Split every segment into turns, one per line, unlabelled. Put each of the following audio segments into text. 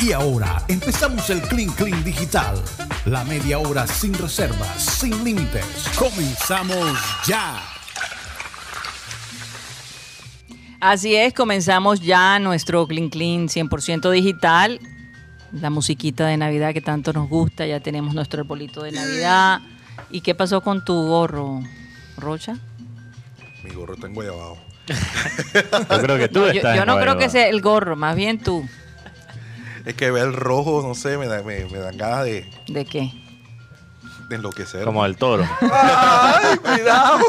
Y ahora empezamos el Clean Clean Digital. La media hora sin reservas, sin límites. Comenzamos ya.
Así es, comenzamos ya nuestro Clean Clean 100% digital. La musiquita de Navidad que tanto nos gusta, ya tenemos nuestro arbolito de Navidad. ¿Y qué pasó con tu gorro, Rocha?
Mi gorro está enguayabado.
Yo creo que tú
No, yo,
estás
yo no creo
enguayabado.
que sea el gorro, más bien tú.
Es que ver el rojo, no sé, me, da- me, me dan ganas de,
¿De qué?
de enloquecer.
Como el toro.
¡Ay, cuidado!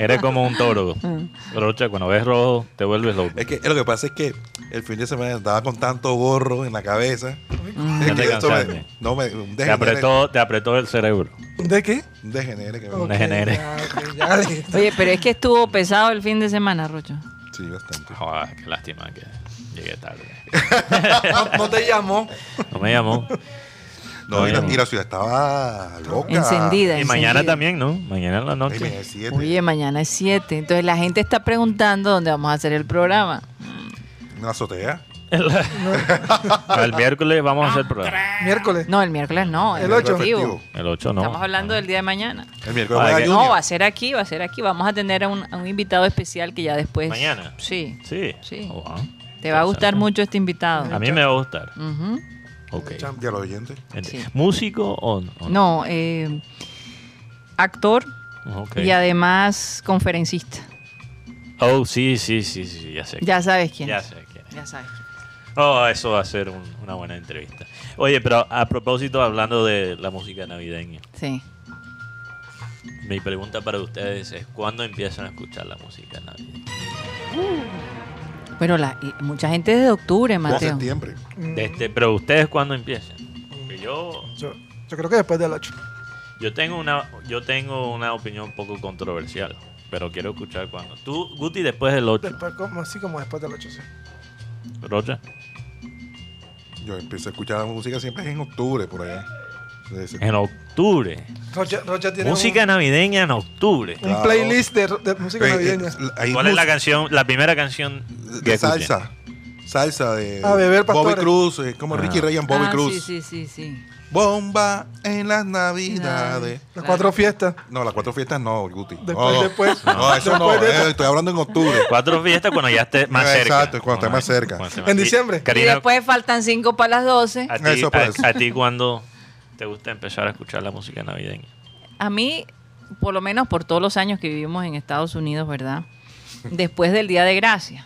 Eres como un toro.
Mm.
Rocha, cuando ves rojo, te vuelves loco.
Es que lo que pasa es que el fin de semana andaba con tanto gorro en la cabeza.
Mm, Ya
Es
te
que eso me-
cansaste.
no me. Un
Te
degenere.
apretó, te apretó el cerebro.
¿De qué?
Un degenere que me-
Un degenere.
Ya, ok, ya, listo.
Oye, pero es que estuvo pesado el fin de semana, Rocha.
Sí, bastante.
Joder, qué lástima que llegué tarde.
No, no te llamó.
No me llamó.
No, y la,
Bueno.
y la ciudad estaba loca.
Encendida.
Y mañana
encendida.
también, ¿no? Mañana en la
Ay, me
noche.
decía,
Oye, mañana es 7. Entonces la gente está preguntando dónde vamos a hacer el programa.
En la azotea.
El miércoles vamos a hacer programa.
Miércoles.
No, el miércoles no.
El ocho.
efectivo.
Efectivo.
El 8 no.
Estamos hablando del día de mañana.
El miércoles
Ah,
juega
que-
No,
Junior.
va a ser aquí, va a ser aquí. Vamos a tener a un, a un invitado especial que ya después.
¿Mañana?
Sí.
Sí.
Sí.
Oh, wow.
Te va a gustar
Interesante.
mucho este invitado.
A mí me va a gustar.
Ujú.
Ok.
Y a los oyentes.
Ent-
Sí.
¿Músico o no? o
No, eh, actor
no? Ok.
y además conferencista.
Oh, sí, sí, sí, sí, ya sé.
Ya sabes quién.
Ya
es.
sé quién es.
Ya sabes quién.
Oh, eso va a ser un- una buena entrevista. Oye, pero a propósito, hablando de la música navideña,
Sí.
mi pregunta para ustedes es, ¿cuándo empiezan a escuchar la música navideña?
Pero la, y mucha gente desde octubre,
En
Mateo.
septiembre.
Desde- este, pero ustedes, ¿cuándo empiezan? Porque Yo,
Yo, yo creo que después del 8.
yo, tengo una, yo tengo una opinión un poco controversial, pero quiero escuchar cuándo. Tú, Guti, después del 8.
Después, como, así como después del 8, sí.
Rocha.
Yo empiezo a escuchar la música siempre es en octubre, por allá. Pues, De septiembre.
En octubre.
Rocha, Rocha tiene
Música
un,
navideña en octubre.
un
Claro.
playlist de, de música
Eh, eh,
navideña.
hay
¿Cuál es la
música-
canción, la primera canción que
de
escuchen?
salsa. Salsa de
A beber
Bobby
pastores.
Cruz, eh, como
Ah.
Ricky Ray and Bobby
Ah,
Cruz.
Sí, sí, sí, sí.
Bomba en las navidades.
Las cuatro fiestas.
No, las cuatro fiestas no, Guti.
Después,
no, no.
después.
No, eso no.
Después de
eh,
eso.
estoy hablando en octubre.
Cuatro fiestas cuando ya esté más
Exacto,
cerca.
cuando esté más cerca.
cuando esté
En diciembre.
Y, Karina,
y después faltan cinco para las 12.
a ti,
Eso pues.
a- a ti, ¿cuándo te gusta empezar a escuchar la música navideña?
A mí, por lo menos por todos los años que vivimos en Estados Unidos, ¿verdad? Después del Día de Gracia,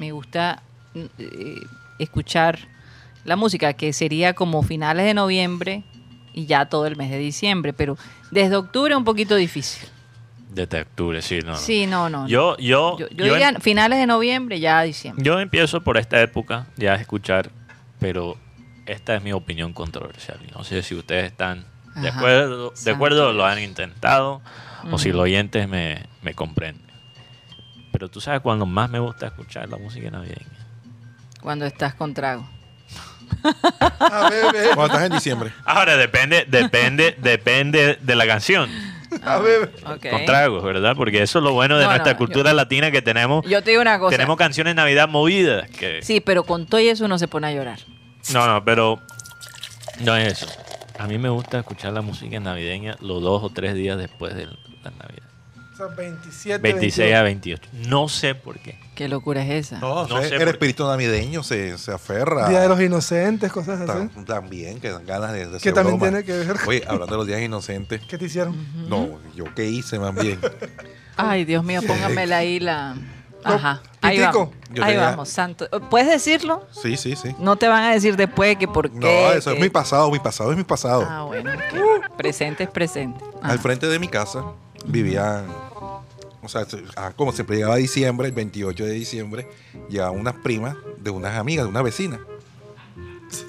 me gusta mm, eh, escuchar la música, que sería como finales de noviembre y ya todo el mes de diciembre, pero desde octubre un poquito difícil.
Desde octubre, sí, no. no.
Sí, no, no. no.
Ah. Yo, yo,
yo,
yo, em-
yo diría finales de noviembre, ya diciembre.
yo empiezo por esta época ya a escuchar, pero esta es mi opinión controversial. No sé si ustedes están de
Ajá.
acuerdo, de
Santo
acuerdo lo han intentado o si los oyentes me, me comprenden. Pero tú sabes cuando más me gusta escuchar la música navideña.
Cuando estás con trago.
A beber,
Cuando estás en diciembre.
Ahora depende, depende, depende de la canción.
a beber.
Ok.
Con tragos, ¿verdad? Porque eso es lo bueno de
No,
nuestra
no,
cultura latina que tenemos.
Yo te digo una cosa.
tenemos canciones de Navidad movidas. Que,
Sí, pero con todo y eso uno se pone a llorar.
No, no, pero no es eso. A mí me gusta escuchar la música navideña los dos o tres días después de la Navidad.
O sea, 27.
26 a 28. No sé por qué.
¿Qué locura es esa?
No,
No
sé,
sé
el
por-
espíritu navideño se, se aferra.
Día de los Inocentes, cosas así.
Tam- También, que dan ganas de, de
Que
hacer
también
broma.
tiene que ver.
Oye, hablando de los días inocentes.
¿Qué te hicieron?
No, yo qué hice más bien.
Ay, Dios mío, póngamela ahí la. Ajá. Ahí
Pitico.
vamos.
Yo
Ahí
tenía-
vamos, santo. ¿Puedes decirlo?
Sí, sí, sí.
No te van a decir después que por qué.
No, eso es
que-
mi pasado, mi pasado es mi pasado.
Ah, bueno. ok. Presente es presente. Ah, Ajá.
Al frente de mi casa vivían, o sea, se- ah, como siempre llegaba diciembre, el 28 de diciembre, llegaban unas primas de unas amigas, de una vecina,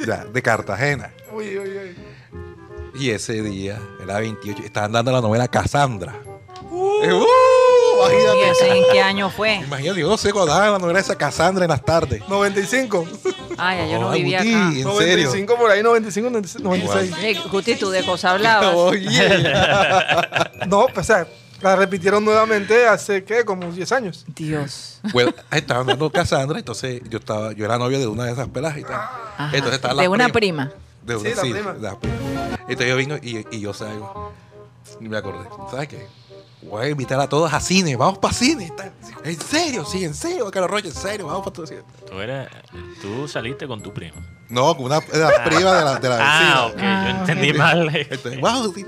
ya, de Cartagena.
Uy, uy, uy.
Y ese día, era 28, estaban dando la novela Cassandra. Eh, ¡uh!
¿Y
imagínate,
eso en qué año fue?
imagínate, yo no sé cuándo daban la novela esa Cassandra en las tardes.
95.
Ay, ya yo no
Ay,
vivía
Guti,
acá.
¿en serio?
95 por ahí, 95, 96.
Oye, Guti, tú de cosa hablabas.
Oye.
No, pues, o sea, La repitieron nuevamente hace, ¿qué? Como 10 años.
Dios.
Bueno, estaba hablando Cassandra, entonces yo estaba, yo era novio de una de esas pelas y tal.
Ajá.
Entonces estaba la
de una prima.
De una,
Sí, la
sí,
prima.
la prima. Entonces yo vino y, y yo salgo. Y me acordé. ¿Sabes qué? Voy a invitar a todas a cine, vamos para cine. y tal. En serio, sí, en serio, Carlos Rocha, en serio, vamos para todo cine.
Tú, eras- tú saliste con tu primo.
No, con una de las primas de la, de la vecina.
Ah, ok,
Ah,
yo entendí mal.
Entonces, wow, sí.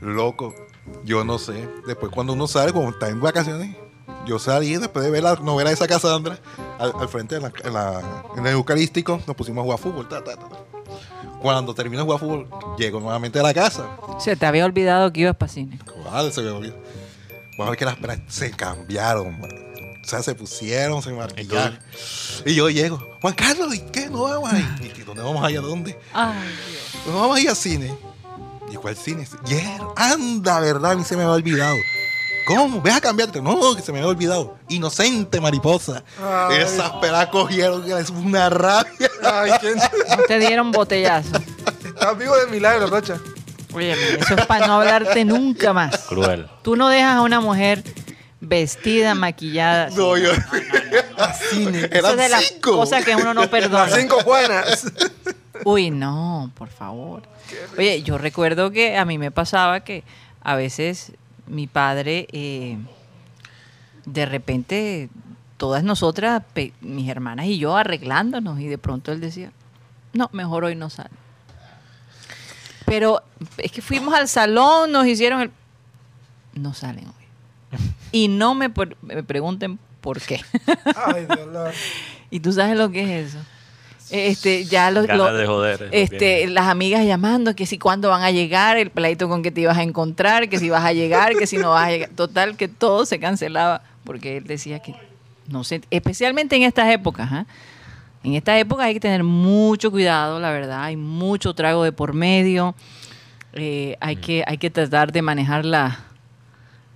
Loco, yo no sé. Después cuando uno sale, cuando está en vacaciones, yo salí después de ver la novela de esa Cassandra, al, al frente de la- en, la- en el Eucarístico, nos pusimos a jugar fútbol. ta, ta, ta. Cuando termino de jugar fútbol, llego nuevamente a la casa.
Se te había olvidado que ibas para cine.
Vale, se me olvidó. Vamos a ver que las pelas se cambiaron, man. O sea, se pusieron, se maquillaron. Y yo llego, Juan Carlos, ¿y qué? ¿No vamos ahí? ¿Y qué? dónde vamos ahí? ¿A dónde?
Ay, Dios.
Nos vamos a ir al cine. ¿Y cuál cine? Ayer, anda, ¿verdad? A mí se me había olvidado. ¿Cómo? ¿Ves a cambiarte? No, no, que se me había olvidado. Inocente mariposa.
Ay.
Esas pelas cogieron, que es una rabia.
Ay, ¿quién?
No te dieron botellazo.
Estás vivo de milagro, Rocha.
Oye, eso es para no hablarte nunca más.
Cruel.
Tú no dejas a una mujer vestida, maquillada. así.
No, yo.
Eso
Eran
es de las
cinco.
cosas que uno no perdona.
Las cinco buenas.
Uy, no, por favor. Oye, yo recuerdo que a mí me pasaba que a veces mi padre, eh, de repente, todas nosotras, pe- mis hermanas y yo, arreglándonos, y de pronto él decía, no, mejor hoy no sale. Pero es que fuimos al salón, nos hicieron el... No salen hoy. Y no me, por- me pregunten por qué.
Ay, Dios, la-
¿Y tú sabes lo que es eso? Eh, Este, ya los,
Ganas
lo-
de joder, es lo que
este,
es.
las amigas llamando, que si cuándo van a llegar, el pleito con que te ibas a encontrar, que si vas a llegar, que si no vas a llegar. Total, que todo se cancelaba porque él decía que, no sé, especialmente en estas épocas, ¿ah? en estas épocas hay que tener mucho cuidado, la verdad, hay mucho trago de por medio, eh,
Mm.
hay, que, hay que tratar de manejar la,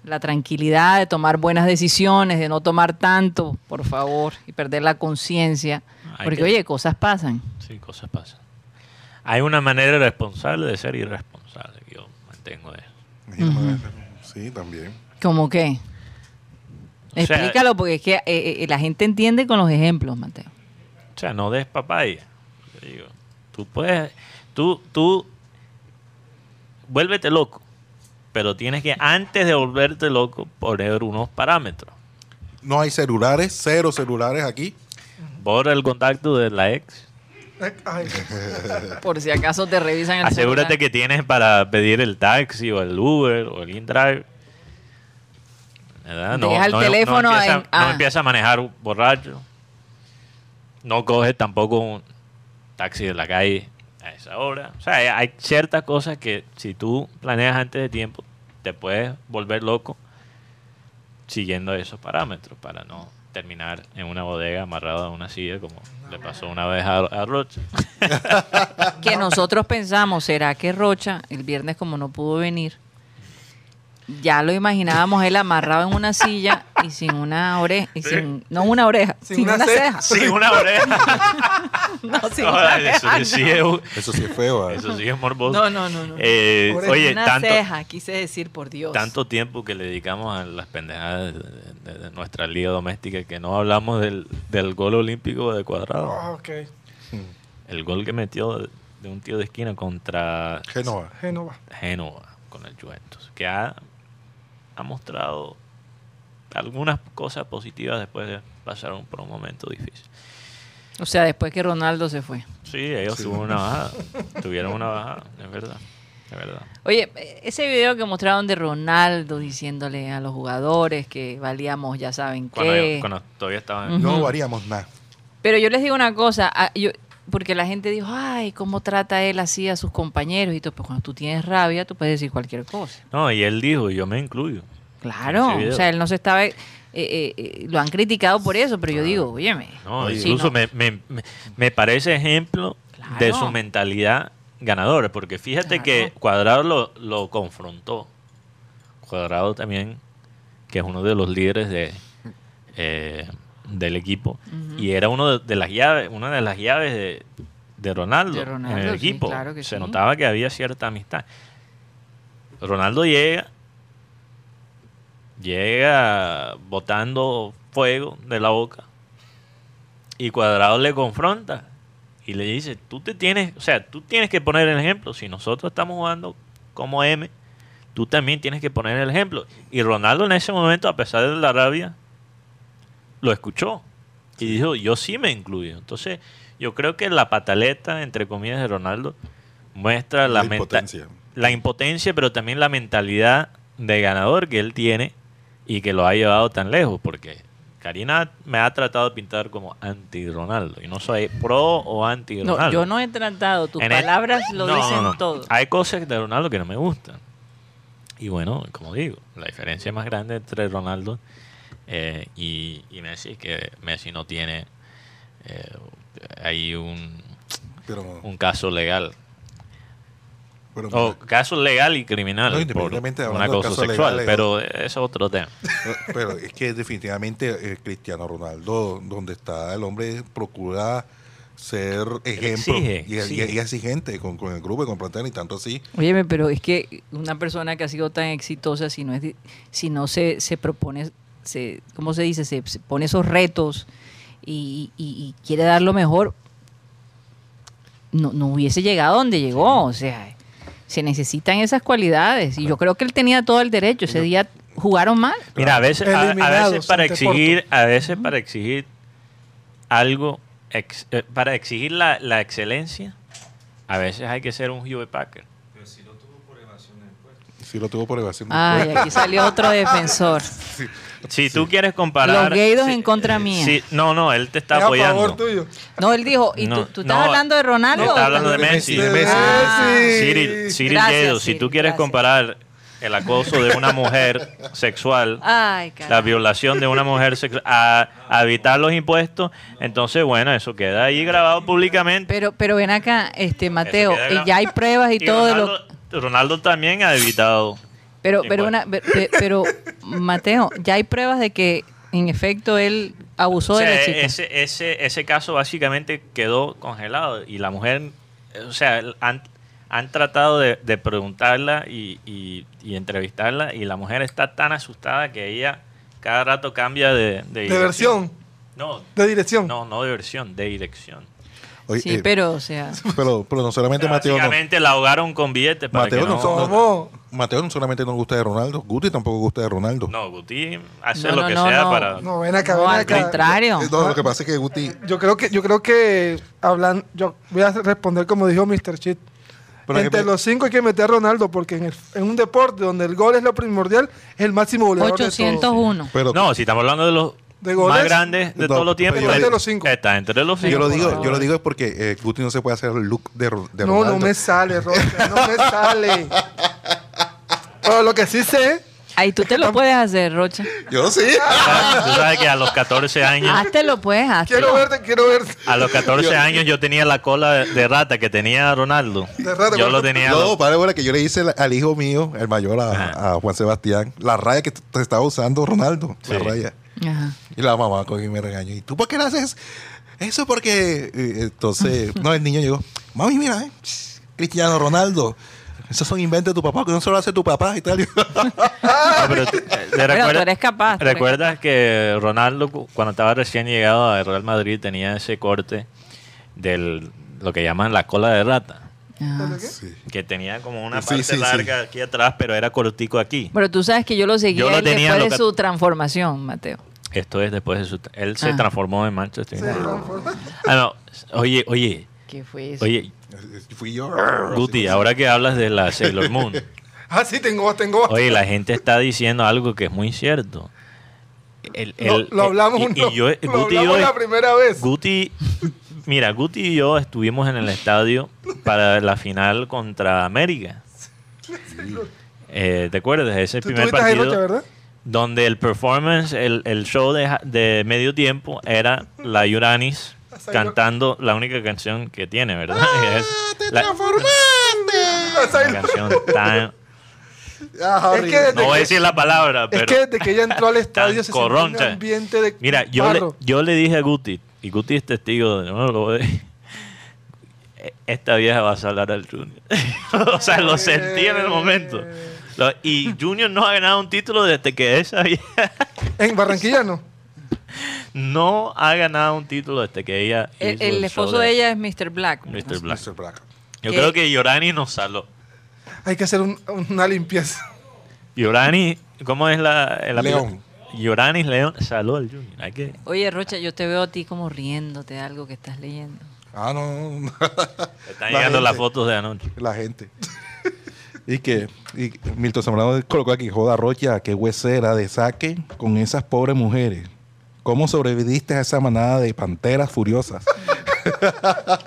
la tranquilidad, de tomar buenas decisiones, de no tomar tanto, por favor, y perder la conciencia,
Hay
porque
que-
oye, cosas pasan.
Sí, cosas pasan. Hay una manera responsable de ser irresponsable. Yo mantengo eso.
Sí, también.
¿Cómo qué?
O sea,
Explícalo porque es que eh, eh, la gente entiende con los ejemplos, Mateo.
O sea, no des papaya. Yo digo, tú puedes, tú, tú, vuélvete loco, pero tienes que antes de volverte loco poner unos parámetros.
No hay celulares, cero celulares aquí.
Borra el contacto de la ex.
Eh, Ay,
Por si acaso te revisan el
Asegúrate
celular.
que tienes para pedir el taxi o el Uber o el InDrive. ¿Verdad?
Deja el teléfono
empieza,
en- ah.
no empieza a manejar borracho. No coges tampoco un taxi de la calle a esa hora. O sea, hay, hay ciertas cosas que si tú planeas antes de tiempo, te puedes volver loco siguiendo esos parámetros para no terminar en una bodega amarrado a una silla como le pasó una vez a, a Rocha.
que... nosotros pensamos, ¿será que Rocha el viernes como no pudo venir? Ya lo imaginábamos él amarrado en una silla y sin una oreja, y sin, no una oreja, sin,
Sin una
una,
ce-
ceja.
Sí, una oreja.
No, sin
No,
una
eso,
ceja,
sí
Ah, no.
es, un-
Eso sí es feo. ¿eh? ¿vale?
eso sí es morboso.
No, no, no, no.
Eh,
Oreja.
oye,
una
tanto,
ceja, quise decir, por Dios.
tanto tiempo que le dedicamos a las pendejadas de, de- de nuestra liga doméstica que no hablamos del, del gol olímpico de
ah,
cuadrado.
ok.
El gol que metió de, de un tío de esquina contra
Génova.
Génova.
Génova, con el Juventus, que ha, ha mostrado algunas cosas positivas después de pasar un- por un momento difícil.
O sea, después que Ronaldo se fue.
Sí, ellos
Sí.
tuvieron una bajada. tuvieron una bajada, es verdad. Es verdad.
Oye, ese video que mostraron de Ronaldo diciéndole a los jugadores que valíamos, ya saben
Cuando,
qué. Mm.
yo- cuando todavía estaban
No varíamos nada.
Pero yo les digo una cosa, a- yo- porque la gente dijo, ay, cómo trata él así a sus compañeros y todo. Pero cuando tú tienes rabia, tú puedes decir cualquier cosa.
No, y él dijo, yo me incluyo.
Claro,
Ese video.
o sea, él no se estaba. eh, eh, eh, lo han criticado por eso, pero yo digo, óyeme.
Ah. No,
sí,
incluso
no.
Me, me- me- me parece ejemplo
Claro.
de su mentalidad ganadora, porque fíjate que
Claro.
Cuadrado lo, lo confrontó. Cuadrado también, que es uno de los líderes de, eh, del equipo, y era uno de, de las llaves, una de las llaves de, de Ronaldo,
De Ronaldo,
en el
sí,
equipo.
claro que
Se
sí.
notaba que había cierta amistad. Ronaldo llega Llega botando fuego de la boca y Cuadrado le confronta y le dice, tú te tienes, o sea, tú tienes que poner el ejemplo. Si nosotros estamos jugando como M, tú también tienes que poner el ejemplo. Y Ronaldo en ese momento, a pesar de la rabia, lo escuchó y dijo, yo sí me incluyo. Entonces, yo creo que la pataleta, entre comillas, de Ronaldo muestra la,
La
menta-
impotencia.
la impotencia, pero también la mentalidad de ganador que él tiene y que lo ha llevado tan lejos, porque Karina me ha tratado de pintar como anti-Ronaldo, y no soy pro o anti-Ronaldo.
No, yo no he tratado. Tus
En el-
palabras lo
No, no,
dicen
no.
todo.
Hay cosas de Ronaldo que no me gustan. Y bueno, como digo, la diferencia más grande entre Ronaldo eh, y, y Messi es que Messi no tiene eh, ahí un,
Pero,
un caso legal.
pero
O caso legal y criminal
No,
por
independientemente
un
hablando del
acoso
caso legal,
sexual,
legal.
pero eso es otro tema.
Pero es que definitivamente eh, Cristiano Ronaldo, donde está el hombre, procura ser ejemplo
exige,
y, y-
exige.
y exigente con, con el grupo y con Platón y tanto así.
Óyeme, pero es que una persona que ha sido tan exitosa, si no, es, di- si no se, se propone, se, ¿cómo se dice? Se, se pone esos retos y, y- y quiere dar lo mejor, no, no hubiese llegado donde llegó. O sea, se necesitan esas cualidades. Y yo creo que él tenía todo el derecho. Ese día jugaron mal.
Mira, a veces, a- a, veces
Eliminados
para
ante
exigir, a veces para exigir algo, ex- eh, para exigir la, la excelencia, a veces hay que ser un Hewlett Packer.
Sí lo tuvo por evasión.
Ah,
Ay, aquí salió otro defensor.
Si tú quieres comparar,
Los gaydos
si-
en contra
eh,
mía.
si- no, no, él te está
Es a
apoyando.
favor tuyo.
No, él dijo, ¿y tú,
No,
tú estás
no,
hablando de Ronaldo?
está
o
hablando de
estás-
Messi.
De Messi.
Ah.
Cyril, Cyril
Gracias,
Gaydos, si
Cyril,
tú quieres
gracias.
comparar el acoso de una mujer sexual
Ay,
la
carajo.
violación de una mujer sexual, a, a evitar los impuestos, entonces bueno, eso queda ahí grabado públicamente.
Pero, pero ven acá, este Mateo,
queda
y
grabado.
ya hay pruebas y, todo de lo
Ronaldo, Ronaldo también ha evitado.
pero,
Sí,
pero
bueno.
una, pe- pe- pero Mateo, ya hay pruebas de que en efecto él abusó
O sea,
de la chica.
ese, ese, ese caso básicamente quedó congelado y la mujer, eh, o sea, el- han, han tratado de, de preguntarla y, y- y entrevistarla y la mujer está tan asustada que ella cada rato cambia de, de
De
dirección.
versión,
No,
de dirección.
no, no de versión, de dirección.
Oye,
sí,
eh,
pero o sea,
pero, pero no solamente Mateo no,
Básicamente la ahogaron con billetes para
Mateo
que no...
no son-
¿Cómo?
Mateo no solamente no gusta de Ronaldo, Guti tampoco gusta de Ronaldo.
No, Guti hace
No,
lo
no,
que
no,
sea
no.
para...
No, ven acá,
no,
ven
al
acá.
contrario.
Eh, no, lo que pasa es que Guti,
Yo creo que, yo creo que hablan, yo voy a responder como dijo Mr. Chit.
Pero
Entre
que-
los cinco hay que meter a Ronaldo, porque en, el- en un deporte donde el gol es lo primordial, es el máximo goleador de Pues, todos.
801.
pero
No, si estamos hablando de los
¿De goles?
más grandes de
No,
todos los
pero
tiempos.
yo-
está-
Entre los cinco.
Está entre los cinco.
yo lo digo,
por
yo lo
favor.
digo es porque eh, Guti no se puede hacer el look de, Ro- de
No,
Ronaldo.
no me sale, Rocha, no me sale. Pero lo que sí sé,
Ahí tú te lo puedes hacer, Rocha.
Yo sí.
¿Sabes? Tú sabes que a los 14 años...
Hazte lo puedes, hazte.
quiero verte, quiero verte.
A los 14
Yo-
años yo tenía la cola de, de rata que tenía Ronaldo.
De rata,
yo
¿cuál-
lo tenía.
No, para ahora que yo le hice la- al hijo mío, el mayor, a, a Juan Sebastián, la raya que t- te estaba usando Ronaldo, la
Sí.
raya.
Ajá.
Y la mamá cogió y me regañó. ¿Y tú por qué le haces eso? Porque eh, entonces, no, el niño llegó, mami, mira, eh, Cristiano Ronaldo. Esos son inventos de tu papá, que no solo hace tu papá y tal.
No, pero tú- eh, te recuerdas-
tú eres capaz, tú eres
¿Recuerdas que Ronaldo, cu- cuando estaba recién llegado al Real Madrid, tenía ese corte del lo que llaman la cola de rata?
ajá.
Que tenía como una
Sí,
parte
sí, sí.
larga aquí atrás, pero era cortico aquí.
Pero tú sabes que yo lo seguí
Yo lo tenía
después
lo
de
que-
su transformación, Mateo.
Esto es después de su. Él se
Ah.
transformó en Manchester
Sí,
United.
no,
Ah, no. Oye, oye,
¿Qué fue eso?
oye,
Fui yo.
Guti, ahora que hablas de la Sailor Moon.
Ah, sí, tengo, tengo.
Oye, la gente está diciendo algo que es muy cierto. El- el- eh,
lo, lo hablamos,
y- y
no,
yo-
lo
Guti y
hablamos
yo-
la primera vez.
Guti, mira, Guti y yo estuvimos en el estadio para la final contra América. Eh, ¿Te acuerdas? Ese
Tú
primer
estuviste ahí, Rocha,
partido
¿verdad?
donde el performance, el, el show de, ja- de medio tiempo era la Yuranis
Hasta ahí no-
cantando la única canción que tiene, ¿verdad?
Ah,
Es la-
Ah,
O sea,
una canción tan...
Es que desde
Ah, No voy a decir la palabra,
Es
pero...
que desde que ella entró al estadio se sintió un
corroncha.
ambiente de
Mira, yo le,
barro.
yo le dije a Guti, y Guti es testigo de no, lo de- Esta vieja va a salar al Junior. o sea, lo sentí en el momento. Lo- y Junior no ha ganado un título desde que esa vieja
En Barranquilla no.
no ha ganado un título desde que ella.
El,
hizo
el
show
esposo de ella es Mr. Black. ¿verdad?
Mr. Black.
Mr. Black.
Yo
Eh,
creo que Yorani nos saló.
Hay que hacer un- una limpieza.
Yorani, ¿cómo es la. el apellido?
León.
Yorani León saló al Junior. Hay que.
Oye, Rocha, yo te veo a ti como riéndote de algo que estás leyendo.
Ah, no. no.
te Están llegando las
gente.
fotos de anoche.
La gente. y que y Milton Zambrano colocó aquí, joda Rocha, qué huesera de saque con esas pobres mujeres. ¿Cómo sobreviviste a esa manada de panteras furiosas?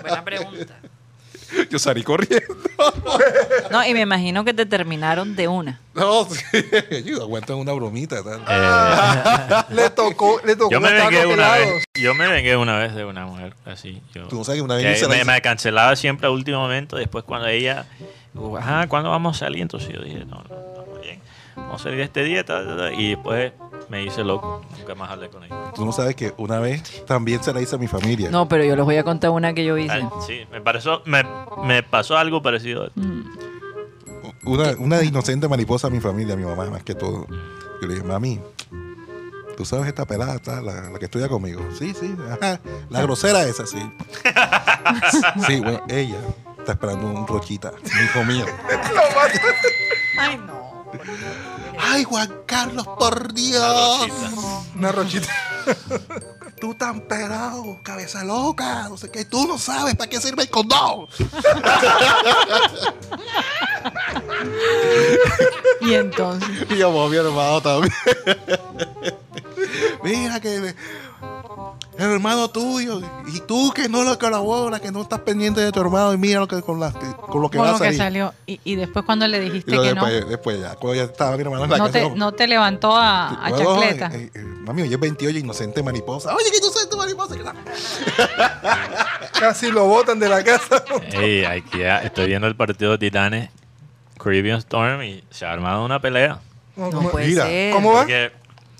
Buena pregunta.
Yo salí corriendo.
No, y me imagino que te terminaron de una.
No, sí. yo aguanto una bromita. tal.
Ah.
Eh,
Le tocó, le tocó
yo me
unos
vengué
tacos
una
helados.
vez. Yo me vengué una vez de una mujer así. Yo,
Tú no sabes que una vez
que
yo se la
me,
hice-
me cancelaba siempre a último momento. Después cuando ella, dijo, ajá, ¿cuándo vamos a salir? Entonces yo dije, no, no, no, está bien. Vamos a salir este día. ta, ta, ta. Y después me hice loco. Nunca más hablé con ella.
Tú no sabes que una vez también se la hice a mi familia.
No, pero yo les voy a contar una que yo hice.
Ay, Sí, me, pareció, me, me pasó algo parecido.
Una, una inocente mariposa a mi familia, a mi mamá más que todo. Yo le dije, mami, tú sabes esta pelada, está, la, la que estudia conmigo. Sí, sí, ajá, la grosera esa, sí. sí, bueno, ella está esperando un rochita, un hijo mío.
Ay, no.
Ay, Juan Carlos, por Dios. Oh.
Rochita.
Una rochita.
Tú tan pelado, cabeza loca, no sé qué. Tú no sabes para qué sirve el condón.
Y entonces.
Y llamó a mi hermano también. Mira que me- el hermano tuyo y tú que no lo colaboras, que no estás pendiente de tu hermano y mira lo que con, la- con lo que
Con
va
lo
a salir.
que salió. Y, y después cuando le
Y
dijiste
luego
que no,
después, después ya, cuando ya estaba mi hermano en la
no
casa,
te,
yo-
no te levantó a, a
Luego,
chancleta.
eh, eh, mami, oye, 28, inocente mariposa. Oye, que inocente mariposa. que la-
Casi lo botan de la casa.
Ey, aquí ya estoy viendo el partido de Titanes, Caribbean Storm, y se ha armado una pelea.
No puede
Mira,
ser.
¿Cómo va?
Porque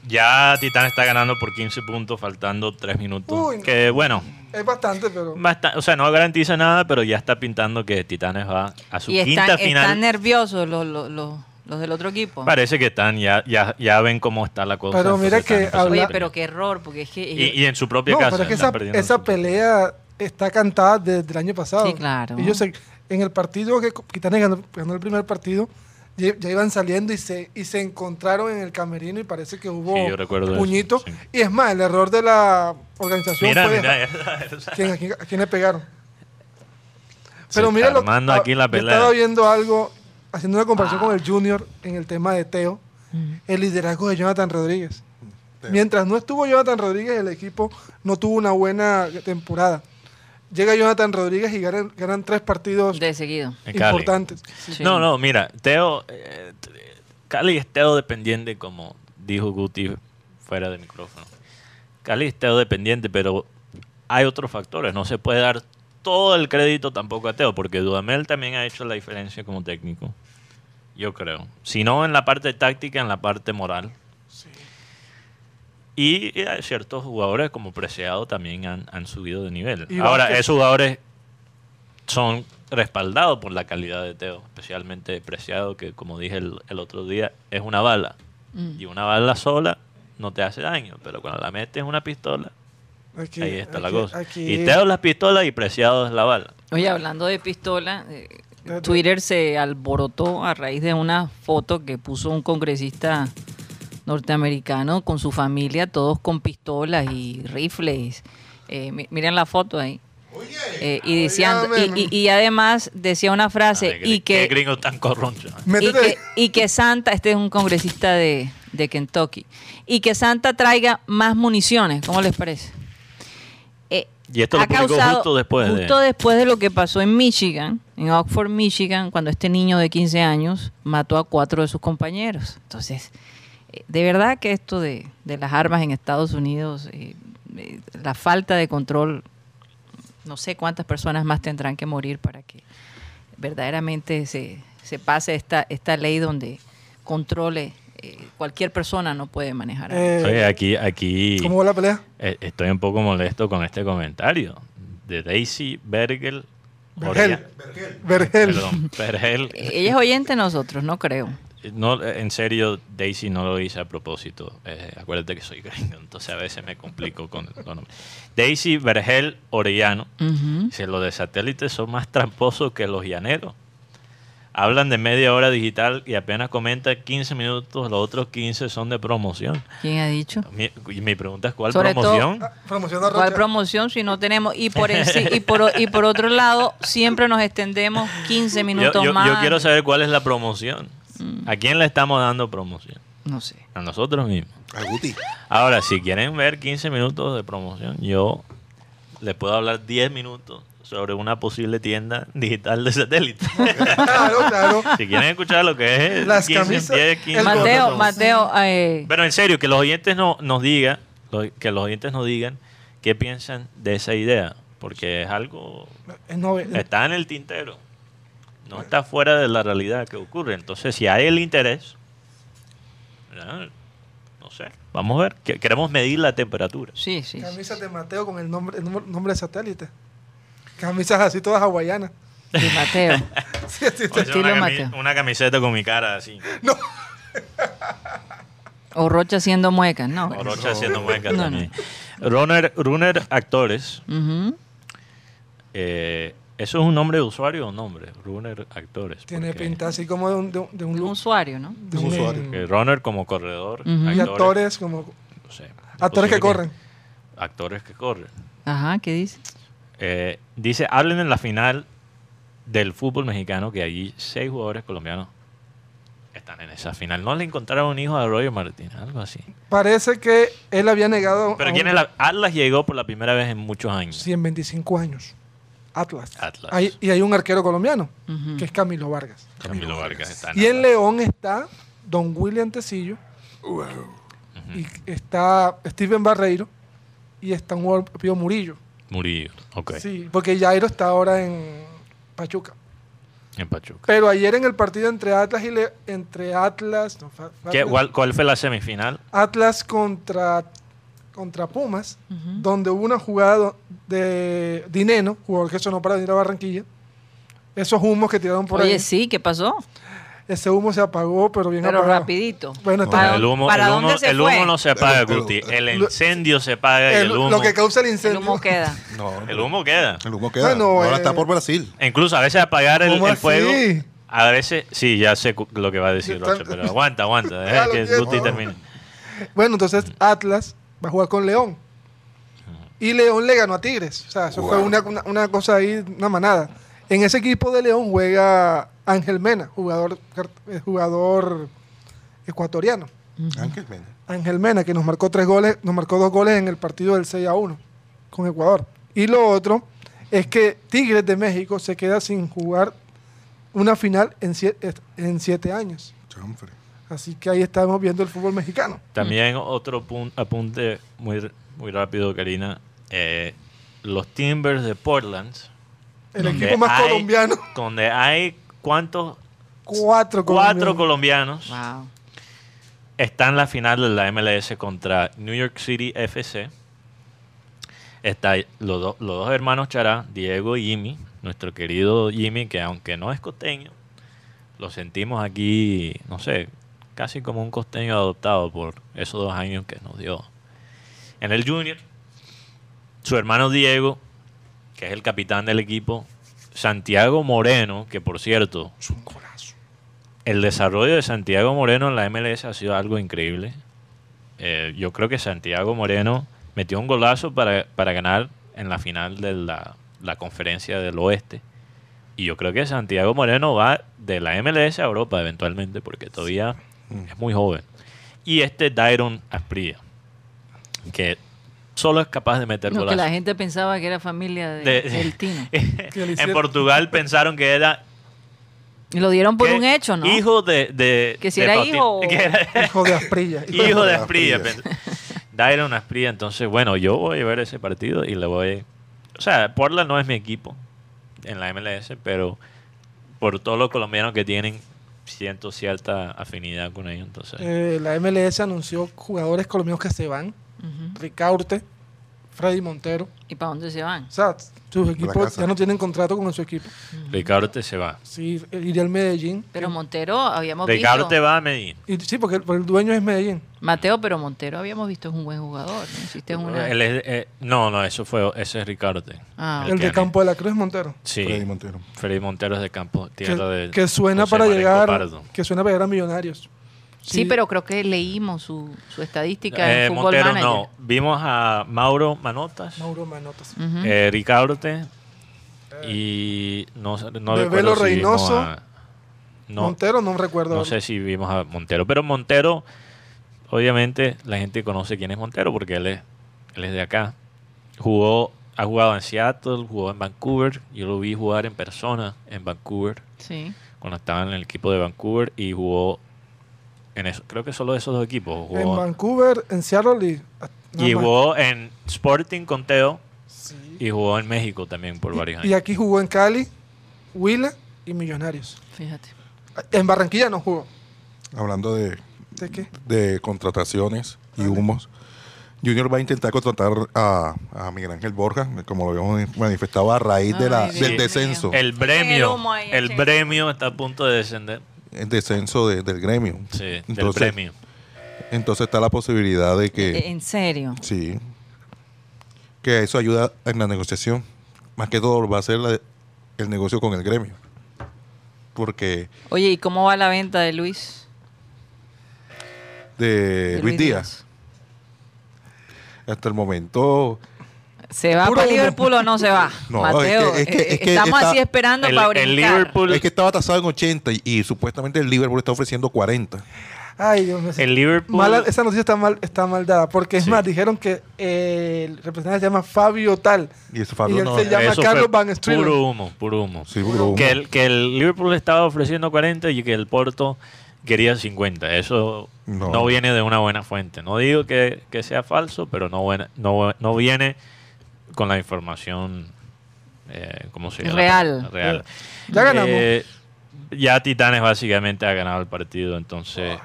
ya Titán está ganando por 15 puntos, faltando 3 minutos.
Uy, no.
Que bueno,
Es bastante, pero.
basta- o sea, no garantiza nada, pero ya está pintando que Titanes va a su
Y están,
quinta final.
están nerviosos los, los, los, los del otro equipo.
Parece que están, ya, ya, ya ven cómo está la cosa.
Pero mira
entonces están
que
empezando a
Oye,
pelear.
pero qué error, porque es que.
Y, y en su propia
No,
casa.
pero es que
están
esa,
perdiendo
esa
su-
pelea está cantada desde el año pasado.
Sí, claro.
Y yo sé, en el partido que Quitanes ganó, ganó el primer partido, ya, ya iban saliendo y se, y se encontraron en el camerino y parece que hubo
Sí, yo recuerdo
puñitos.
eso, sí.
Y es más, el error de la organización
Mira,
fue
mira,
dejar-
esa-
¿quién- a, quién, a quién le pegaron.
Se está
mira lo-
armando
ah,
aquí la
yo
pelea.
estaba viendo algo, haciendo una
Ah.
comparación con el Junior en el tema de Teo,
Mm.
el liderazgo de Jonathan Rodríguez. Mientras no estuvo Jonathan Rodríguez, el equipo no tuvo una buena temporada. Llega Jonathan Rodríguez y ganan, ganan tres partidos
de seguido.
en Cali.
importantes.
Sí.
No, no, mira, Teo, eh, t- Cali es Teo dependiente, como dijo Guti fuera de micrófono. Cali es Teo dependiente, pero hay otros factores. No se puede dar todo el crédito tampoco a Teo, porque Dudamel también ha hecho la diferencia como técnico. Yo creo. Si no en la parte táctica, en la parte moral. Y eh, ciertos jugadores como Preciado también han, han subido de nivel.
Y
Ahora,
Vázquez.
esos jugadores son respaldados por la calidad de Teo, especialmente Preciado, que como dije el, el otro día, es una bala.
Mm.
Y una bala sola no te hace daño, pero cuando la metes en una pistola,
Aquí-
ahí está la
aquí-
cosa.
aquí-
Y Teo es la pistola y Preciado es la bala.
Oye, hablando de pistola, eh,
Espérate.
Twitter se alborotó a raíz de una foto que puso un congresista norteamericano con su familia, todos con pistolas y rifles. Eh, mi- miren la foto ahí. Eh, y, decían,
Óigame.
y, y- y además decía una frase,
Ay,
Ah, y,
gr- qué
que,
gringo tan corroncho. ¿eh?
y,
Métete-
que, y que Santa, este es un congresista de, de Kentucky, y que Santa traiga más municiones, ¿cómo les parece? Eh,
Y esto lo
ha
publicó
causado-
justo después de-
justo después de lo que pasó en Michigan, en Oxford, Michigan, cuando este niño de 15 años mató a cuatro de sus compañeros. Entonces, eh, de verdad que esto de, de las armas en Estados Unidos, eh, eh, la falta de control, no sé cuántas personas más tendrán que morir para que verdaderamente se, se pase esta, esta ley donde controle, eh, cualquier persona no puede manejar. armas.
eh,
Oye, aquí, aquí.
¿Cómo va la pelea?
Eh, Estoy un poco molesto con este comentario de Daisy Bergel.
Vergel.
Oria-
Vergel.
Perdón, Bergel.
Ella es oyente de nosotros, no creo.
No, eh, en serio, Daisy no lo hice a propósito. Eh, acuérdate que soy gringo, entonces a veces me complico con los nombres. Daisy Vergel Orellano.
Ujú.
Dice, los de satélites son más tramposos que los llaneros. Hablan de media hora digital y apenas comentan 15 minutos, los otros 15 son de promoción.
¿Quién ha dicho?
Mi, y mi pregunta es, ¿cuál
Sobre todo-
promoción?
Ah, Promoción de
¿Cuál
Rocha.
promoción si no tenemos? Y por, el- sí, y por, o- y por otro lado, siempre nos extendemos 15
Yo-
minutos
yo, yo
más. Mm.
quiero saber cuál es la promoción. ¿A quién le estamos dando promoción?
No sé.
A nosotros mismos.
A Guti.
Ahora, si quieren ver 15 minutos de promoción, yo les puedo hablar 10 minutos sobre una posible tienda digital de satélite.
Claro, claro.
si quieren escuchar lo que es
Las camisas,
15
el
minutos de
Mateo,
promoción.
Mateo, eh,
Pero en serio, que los oyentes no, nos digan, lo- que los oyentes nos digan qué piensan de esa idea, porque es algo
Es novel-
está en el tintero, no está fuera de la realidad que ocurre. Entonces, si hay el interés, ¿verdad? no sé, vamos a ver, que- queremos medir la temperatura.
sí, sí. sí.
Camisas de Mateo con el nombre, el nombre- nombre de satélite. Camisas así todas hawaianas.
De Mateo.
Sí, sí, sí.
Voy
Este
a hacer Una,
Estilo
cami-
Mateo.
una camiseta con mi cara así,
O Rocha haciendo muecas, ¿no?
Orocha haciendo muecas
No, no.
también. Runner, runner Actores,
Ujú.
eh, ¿eso es un nombre de usuario o nombre? Runner Actores.
Tiene
porque-
pinta así como de un, de un, de un
Un
look.
usuario, ¿no?
de
de un
un-
usuario.
Que runner como corredor,
Ujú.
Y actores como
no sé, es
actores
posible
que corren.
Actores que corren.
Ajá, ¿qué dice?
Eh, dice, hablen en la final del fútbol mexicano que allí seis jugadores colombianos están en esa final. No le encontraron un hijo a Roger Martínez, algo así.
Parece que él había negado.
Pero
a
¿quién
un-
es la- Atlas llegó por la primera vez en muchos años.
Sí, en 25 años. Atlas.
Atlas.
Hay- y hay un arquero colombiano,
Ujú.
que es Camilo Vargas.
Camilo Vargas está en
Y en
Atlas.
León está Don William Tecillo.
Mm.
Y está Steven Barreiro. Y está un jugador Pío Murillo.
Murillo, ok,
Sí, porque Jairo está ahora en Pachuca.
en Pachuca.
Pero ayer en el partido entre Atlas y Le- entre Atlas, no, fa- fa-
¿Qué- cuál, cuál fue la semifinal?
Atlas contra contra Pumas, donde hubo una jugada do- de Dineno, jugador que sonó para venir a Barranquilla. Esos humos que tiraron por
Oye,
ahí.
sí, ¿qué pasó?
Ese humo se apagó, pero bien
Pero
apagado.
rapidito.
No,
Bueno, está
el humo,
para
el
dónde
humo-
se
el humo
fue?
no se apaga,
Pero-
Guti.
pero-
El
lo-
incendio se apaga y
el-
el humo,
lo que causa el incendio.
El humo queda.
No,
el humo queda.
El humo queda.
Bueno,
Ahora
eh,
está por Brasil.
Incluso a veces apagar el,
¿Cómo
el
así?
fuego. A veces, sí, ya sé cu- lo que va a decir
Yo tam-
Rocha, pero aguanta, aguanta. deja
Ya lo
que
quiero.
Guti termine.
Bueno, entonces Atlas va a jugar con León. Y León le ganó a Tigres. O sea, eso fue
Wow.
una, una- una cosa ahí, una manada. En ese equipo de León juega Ángel Mena, jugador, car- eh, jugador ecuatoriano.
Ángel Mena.
Ángel Mena, que nos marcó tres goles, nos marcó dos goles en el partido del 6 a 1 con Ecuador. Y lo otro es que Tigres de México se queda sin jugar una final en siete, en siete años.
Chanfre.
Así que ahí estamos viendo el fútbol mexicano.
También otro pun- apunte muy, r- muy rápido, Karina. Eh, los Timbers de Portland.
El
donde
equipo más
hay-
colombiano.
Donde hay cuántos.
Cuatro
Cuatro
colombianos.
colombianos
Wow.
está en la final de la MLS contra New York City FC. Está los, dos- los dos hermanos Chará, Diego y Jimmy, nuestro querido Jimmy, que aunque no es costeño, lo sentimos aquí, no sé, casi como un costeño adoptado por esos dos años que nos dio en el Junior. Su hermano Diego, que es el capitán del equipo, Santiago Moreno, que por cierto, el desarrollo de Santiago Moreno en la MLS ha sido algo increíble. Eh, yo creo que Santiago Moreno metió un golazo para, para ganar en la final de la, la conferencia del oeste. Y yo creo que Santiago Moreno va de la MLS a Europa eventualmente, porque todavía es muy joven. Y este Dairon Aspría, que solo es capaz de meter
No, que
golazos.
la gente pensaba que era familia de,
De- Eh,
del Tino.
Que le
en
hicieron-
Portugal pensaron que era
Y lo dieron por
que
un hecho, ¿no?
hijo de, de-
Que si
de
era
Fauti-
hijo o-
que era-
Hijo de Asprilla.
Hijo de
de
Asprilla.
Asprilla.
pens- Dairon Asprilla. Entonces, bueno, yo voy a ver ese partido y le voy. O sea, Portland no es mi equipo en la MLS, pero por todos los colombianos que tienen, siento cierta afinidad con ellos. Entonces,
Eh, la MLS anunció jugadores colombianos que se van.
Ujú.
Ricaurte, Freddy Montero.
¿Y para dónde se van?
O sea, sus equipos
casa.
ya no tienen contrato con su equipo.
Ricardo te se va.
Sí, iría al Medellín.
Pero Montero habíamos
Ricardo te
visto.
va a Medellín.
Y, sí, porque el, porque el dueño es Medellín.
Mateo, pero Montero habíamos visto es un buen jugador. ¿no? Hiciste una-
Él es- eh, no, no, eso fue, ese es Ricardo. T.
Ah,
El de
tiene-
Campo de la Cruz es Montero.
Sí,
Freddy Montero.
Freddy Montero es de campo,
Que,
tierra de
que suena
José
para
Marenco
llegar.
Pardo.
Que suena para llegar a Millonarios.
sí. pero creo que leímos su, su estadística
Eh,
en Fútbol
Montero
Manager.
no. Vimos a Mauro Manotas,
Mauro Manotas.
Ujú.
eh, Ricardo T. y no, sé- no
De
recuerdo
Velo
si vimos
Reynoso.
a- no,
Montero no recuerdo.
no sé si vimos a Montero. Pero Montero, obviamente la gente conoce quién es Montero porque él es, él es de acá. Jugó, ha jugado en Seattle, jugó en Vancouver. Yo lo vi jugar en persona en Vancouver
Sí.
cuando estaba en el equipo de Vancouver y jugó en eso, creo que solo esos dos equipos.
en
Jugó,
Vancouver, en Seattle y. nada
y
más.
jugó en Sporting con Teo
Sí.
y jugó en México también por varios
Y
años.
aquí jugó en Cali, Huila y Millonarios.
Fíjate.
En Barranquilla no jugó.
Hablando de,
¿De qué?
de contrataciones y humos, Junior va a intentar contratar a, a Miguel Ángel Borja, como lo habíamos manifestado a raíz de la,
Ay,
del
Dios
descenso.
El
El
premio,
humo ahí,
el
sí.
premio está a punto de descender.
el descenso de- del gremio.
Sí, del
entonces,
premio.
entonces está la posibilidad de que...
Eh, En serio.
Sí. Que eso ayuda en la negociación. Más que todo va a ser la- el negocio con el gremio. Porque
Oye, ¿y cómo va la venta de Luis?
de
De
Eh, Luis Díaz, hasta el momento,
¿Se va
Puro
para
humo.
Liverpool o no se va?
No,
Mateo,
es que- es que-
eh,
es que
estamos
está-
así esperando
El,
para
el
brincar.
Liverpool,
es que estaba tasado en 80 y, y supuestamente el Liverpool está ofreciendo 40.
Ay, Dios mío.
el Liverpool
Mala- esa noticia está mal, está mal dada, porque es
Sí.
más, dijeron que eh, el representante se llama Fabio Tal.
Y eso Fabio
Y él
no.
se llama
eso fue
Carlos Van Streelen.
puro humo, puro humo.
Sí, bro.
Que el, que el Liverpool estaba ofreciendo 40 y que el Porto quería 50. Eso
No.
no, viene de una buena fuente. No digo que, que sea falso, pero no, buena- no, no viene con la información eh, ¿cómo se llama?
Real.
Real.
Ya ganamos.
Eh, ya Titanes básicamente ha ganado el partido, entonces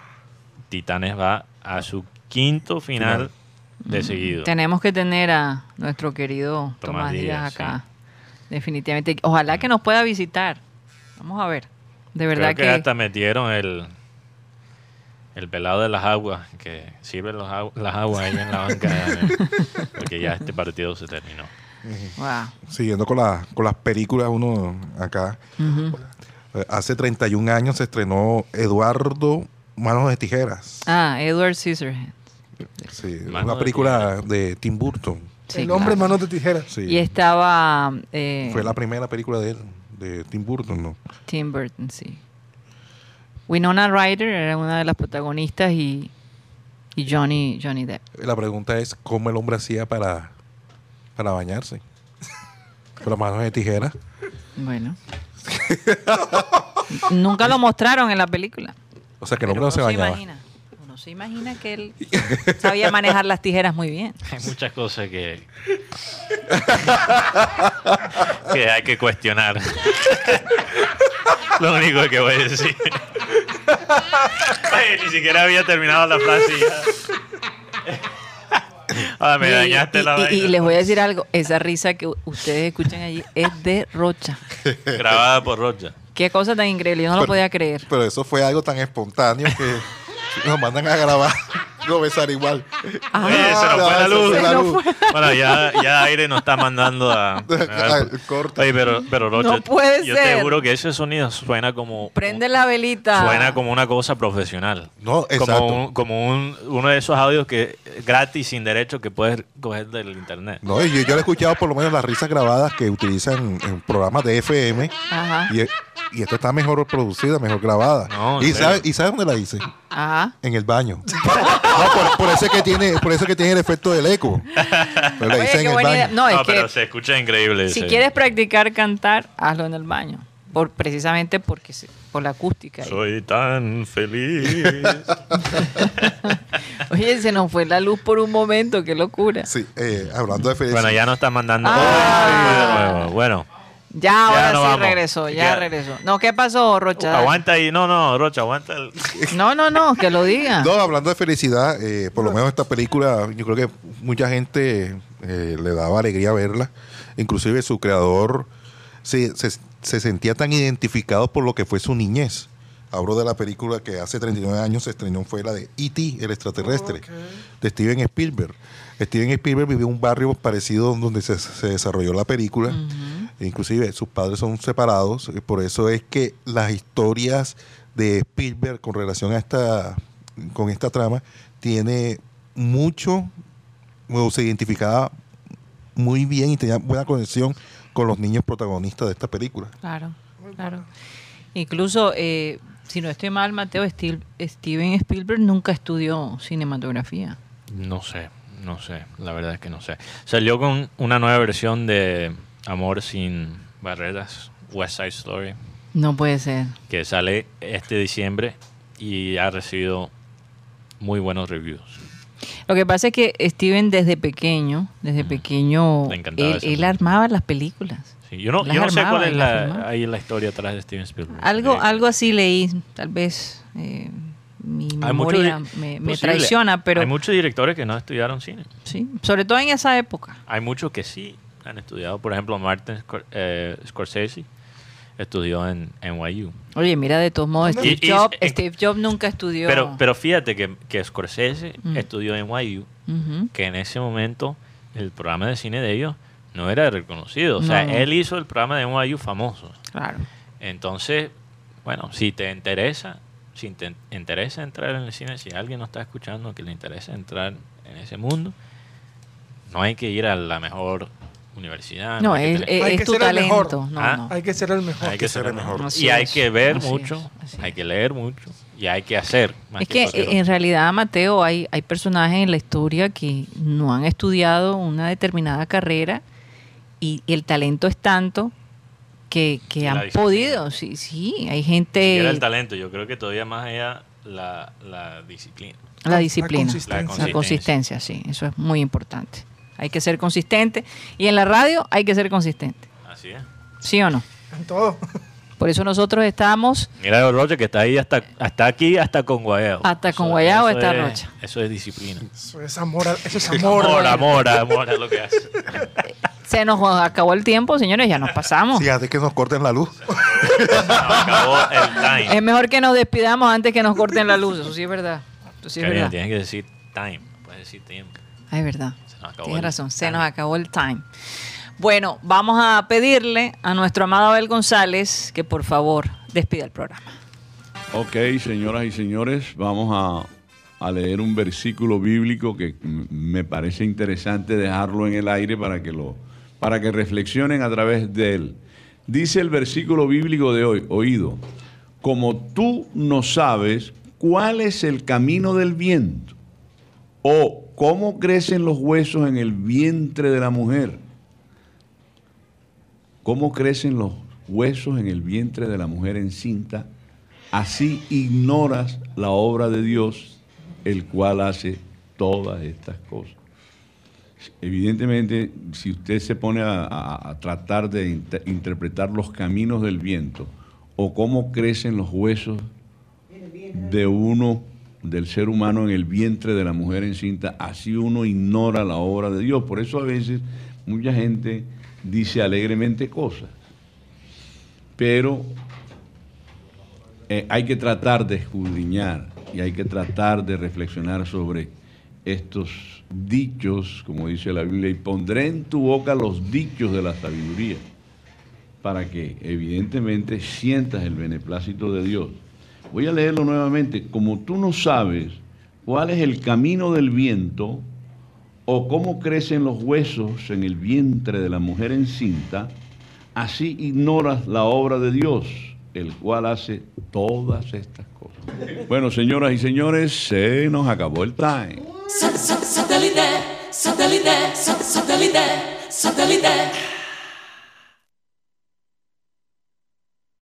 Titanes va a su quinto final de seguido.
Tenemos que tener a nuestro querido Tomás,
Tomás
Díaz,
Díaz,
acá. Definitivamente. Ojalá que nos pueda visitar. Vamos a ver. De verdad
Creo que, hasta metieron el el pelado de las aguas que sirve los agu- las aguas ahí en la banca eh, porque ya este partido se terminó
Wow.
Siguiendo con, la- con las películas, uno acá.
Ujú.
eh, Hace 31 años se estrenó Eduardo Manos de Tijeras.
Ah, Edward Scissorhands.
Sí,
Manos
una
de
película de Tim Burton.
Sí,
el hombre
claro.
manos de tijeras.
Sí.
Y este- estaba eh,
Fue la primera película de él, de Tim Burton, ¿no?
Tim Burton, sí. Winona Ryder era una de las protagonistas y, y Johnny, Johnny Depp.
La pregunta es cómo el hombre hacía para, para bañarse. Con las manos de tijera.
Bueno. Nunca lo mostraron en la película.
O sea, que el
Pero
hombre no se bañaba.
imagina, uno se imagina que él sabía manejar las tijeras muy bien.
hay muchas cosas que que hay que cuestionar lo único que voy a decir Ay, ni siquiera había terminado la frase y ya. Ah, me
Y-
dañaste
y,
la
y-
vaina.
y les voy a decir algo, esa risa que u- ustedes escuchan allí es de Rocha.
grabada por Rocha
Qué cosa tan increíble, yo no lo
Pero-
podía creer.
Pero eso fue algo tan espontáneo que nos mandan a grabar. Lo besar igual.
Ah,
Ah,
Oye, Eh, se nos fue la
se
luz.
fue la luz.
Bueno, ya, ya aire nos está mandando a.
Ay, corta.
Oye, pero, pero Rocha,
No puede
yo
ser.
te juro que ese sonido suena como.
Prende la velita.
Suena como una cosa profesional.
No, exacto.
Como, un- como un- uno de esos audios que gratis, sin derecho, que puedes coger del internet.
No, y yo, yo lo he escuchado por lo menos las risas grabadas que utilizan en programas de FM.
Ajá,
Y, y esto está mejor producida, mejor grabada.
No, en
¿Y sabes
serio.
¿Y sabe dónde la hice?
ajá.
En el baño. No, por, por eso es que tiene, por eso es que tiene el efecto del eco. Pero la
Oye,
hice
qué
en el
buena
baño.
idea. No, es
pero
que
se escucha increíble.
si
ese.
quieres practicar cantar, hazlo en el baño. Por, precisamente porque se- por la acústica. ahí.
Soy tan feliz.
Oye, se nos fue la luz por un momento, qué locura.
Sí, eh, hablando de felicidad.
bueno, ya nos está mandando.
Ah.
Ay, de nuevo. Bueno,
Ya ahora
nos
sí
vamos.
regresó, ya,
Ya.
regresó. No, ¿qué pasó, Rocha? Dale.
aguanta ahí. No, no, Rocha, aguanta el.
No, no, no, que lo diga.
No, hablando de felicidad, eh, por lo menos esta película, yo creo que mucha gente eh, le daba alegría verla. Inclusive su creador se, se- se sentía tan identificado por lo que fue su niñez. Hablo de la película que hace 39 años se estrenó, fue la de E.T., el extraterrestre, de Steven Spielberg. Steven Spielberg vivió en un barrio parecido donde se, se desarrolló la película. Inclusive sus padres son separados, y por eso es que las historias de Spielberg con relación a esta, con esta trama tiene mucho, o se identificaba muy bien y tenía buena conexión con los niños protagonistas de esta película.
Claro, claro. Incluso, eh, si no estoy mal, Mateo, Stil- Steven Spielberg nunca estudió cinematografía.
No sé, no sé, la verdad es que no sé. Salió con una nueva versión de Amor sin barreras, West Side Story,
No puede ser.
que sale este diciembre y ha recibido muy buenos reviews.
Lo que pasa es que Steven desde pequeño, desde pequeño,
Le
él,
encantaba ese
él
mundo.
armaba las películas.
Sí, yo no,
Las
yo no sé
armaba
cuál
y
es
las
la,
filmaba.
ahí la historia atrás de Steven Spielberg.
Algo,
Tendría que-
algo así leí, tal vez eh, mi
Hay muchos
memoria
di-
me, me
posible.
traiciona, pero
Hay muchos directores que no estudiaron cine.
sí, sobre todo en esa época.
Hay muchos que sí han estudiado. Por ejemplo, Martin Scor- eh, Scorsese estudió en NYU.
Oye, mira, de todos modos,
Y-
Steve
y-
Jobs,
en-
Steve Jobs nunca estudió.
Pero, pero fíjate que, que Scorsese
Mm.
estudió en NYU,
Ujú.
que en ese momento el programa de cine de ellos no era reconocido. O sea,
No.
él hizo el programa de NYU famoso.
Claro.
Entonces, bueno, si te interesa, si te en- interesa entrar en el cine, si alguien nos está escuchando que le interesa entrar en ese mundo, no hay que ir a la mejor universidad.
No,
Ah, hay que
es,
tener-
es-
Hay
es
que
tu
ser el mejor.
talento. No,
Ah.
no.
Hay que ser el mejor.
hay que
ser
ser
mejor.
mejor.
Así
Y hay
es,
que ver
así
mucho,
es, así
hay
es.
que leer mucho y hay que hacer. más
Es que
cualquier
eh, en
otra.
realidad, Mateo, hay, hay personajes en la historia que no han estudiado una determinada carrera y, y el talento es tanto que, que
Que la
han
disciplina.
podido. Sí, sí, hay
Ni siquiera el
gente...
talento, yo creo que todavía más allá la, la disciplina.
La disciplina,
consistencia.
La
la consistencia, sí, eso es muy importante. Hay que ser consistente y en la radio hay que ser consistente,
Así es.
¿sí o no?
En todo.
Por eso nosotros estamos
Mira Rocha que está ahí hasta, hasta aquí, hasta con Guayao.
Hasta con guayabo está
es-
Rocha.
Eso es disciplina.
Eso es amor. al- Eso es amor.
Mora, mora, mora lo que hace.
Se nos acabó el tiempo, señores, ya nos pasamos.
Fíjate que nos corten la luz.
Acabó el time.
Es mejor que nos despidamos antes que nos corten la luz, eso sí es verdad. Eso sí es
Karina,
verdad.
tienes que decir time. no Puedes decir tiempo.
Ah, es verdad.
Se nos acabó
Tienes
el
razón, se
time.
nos acabó el time. Bueno, vamos a pedirle a nuestro amado Abel González que por favor despida el programa.
Ok, señoras y señores, vamos a, a leer un versículo bíblico que m- me parece interesante dejarlo en el aire para que lo para que reflexionen a través de él. Dice el versículo bíblico de hoy, oído, como tú no sabes cuál es el camino del viento o cómo crecen los huesos en el vientre de la mujer. ¿Cómo crecen los huesos en el vientre de la mujer encinta? Así ignoras la obra de Dios, el cual hace todas estas cosas. Evidentemente, si usted se pone a, a- a tratar de inter- interpretar los caminos del viento o cómo crecen los huesos de uno, del ser humano en el vientre de la mujer encinta, así uno ignora la obra de Dios. Por eso a veces mucha gente dice alegremente cosas, pero eh, hay que tratar de escudriñar y hay que tratar de reflexionar sobre estos dichos, como dice la Biblia, y pondré en tu boca los dichos de la sabiduría, para que evidentemente sientas el beneplácito de Dios. Voy a leerlo nuevamente, como tú no sabes cuál es el camino del viento o cómo crecen los huesos en el vientre de la mujer encinta, así ignoras la obra de Dios, el cual hace todas estas cosas. Bueno, señoras y señores, se nos acabó el time.
Satellite, satellite, satellite, satellite, satellite.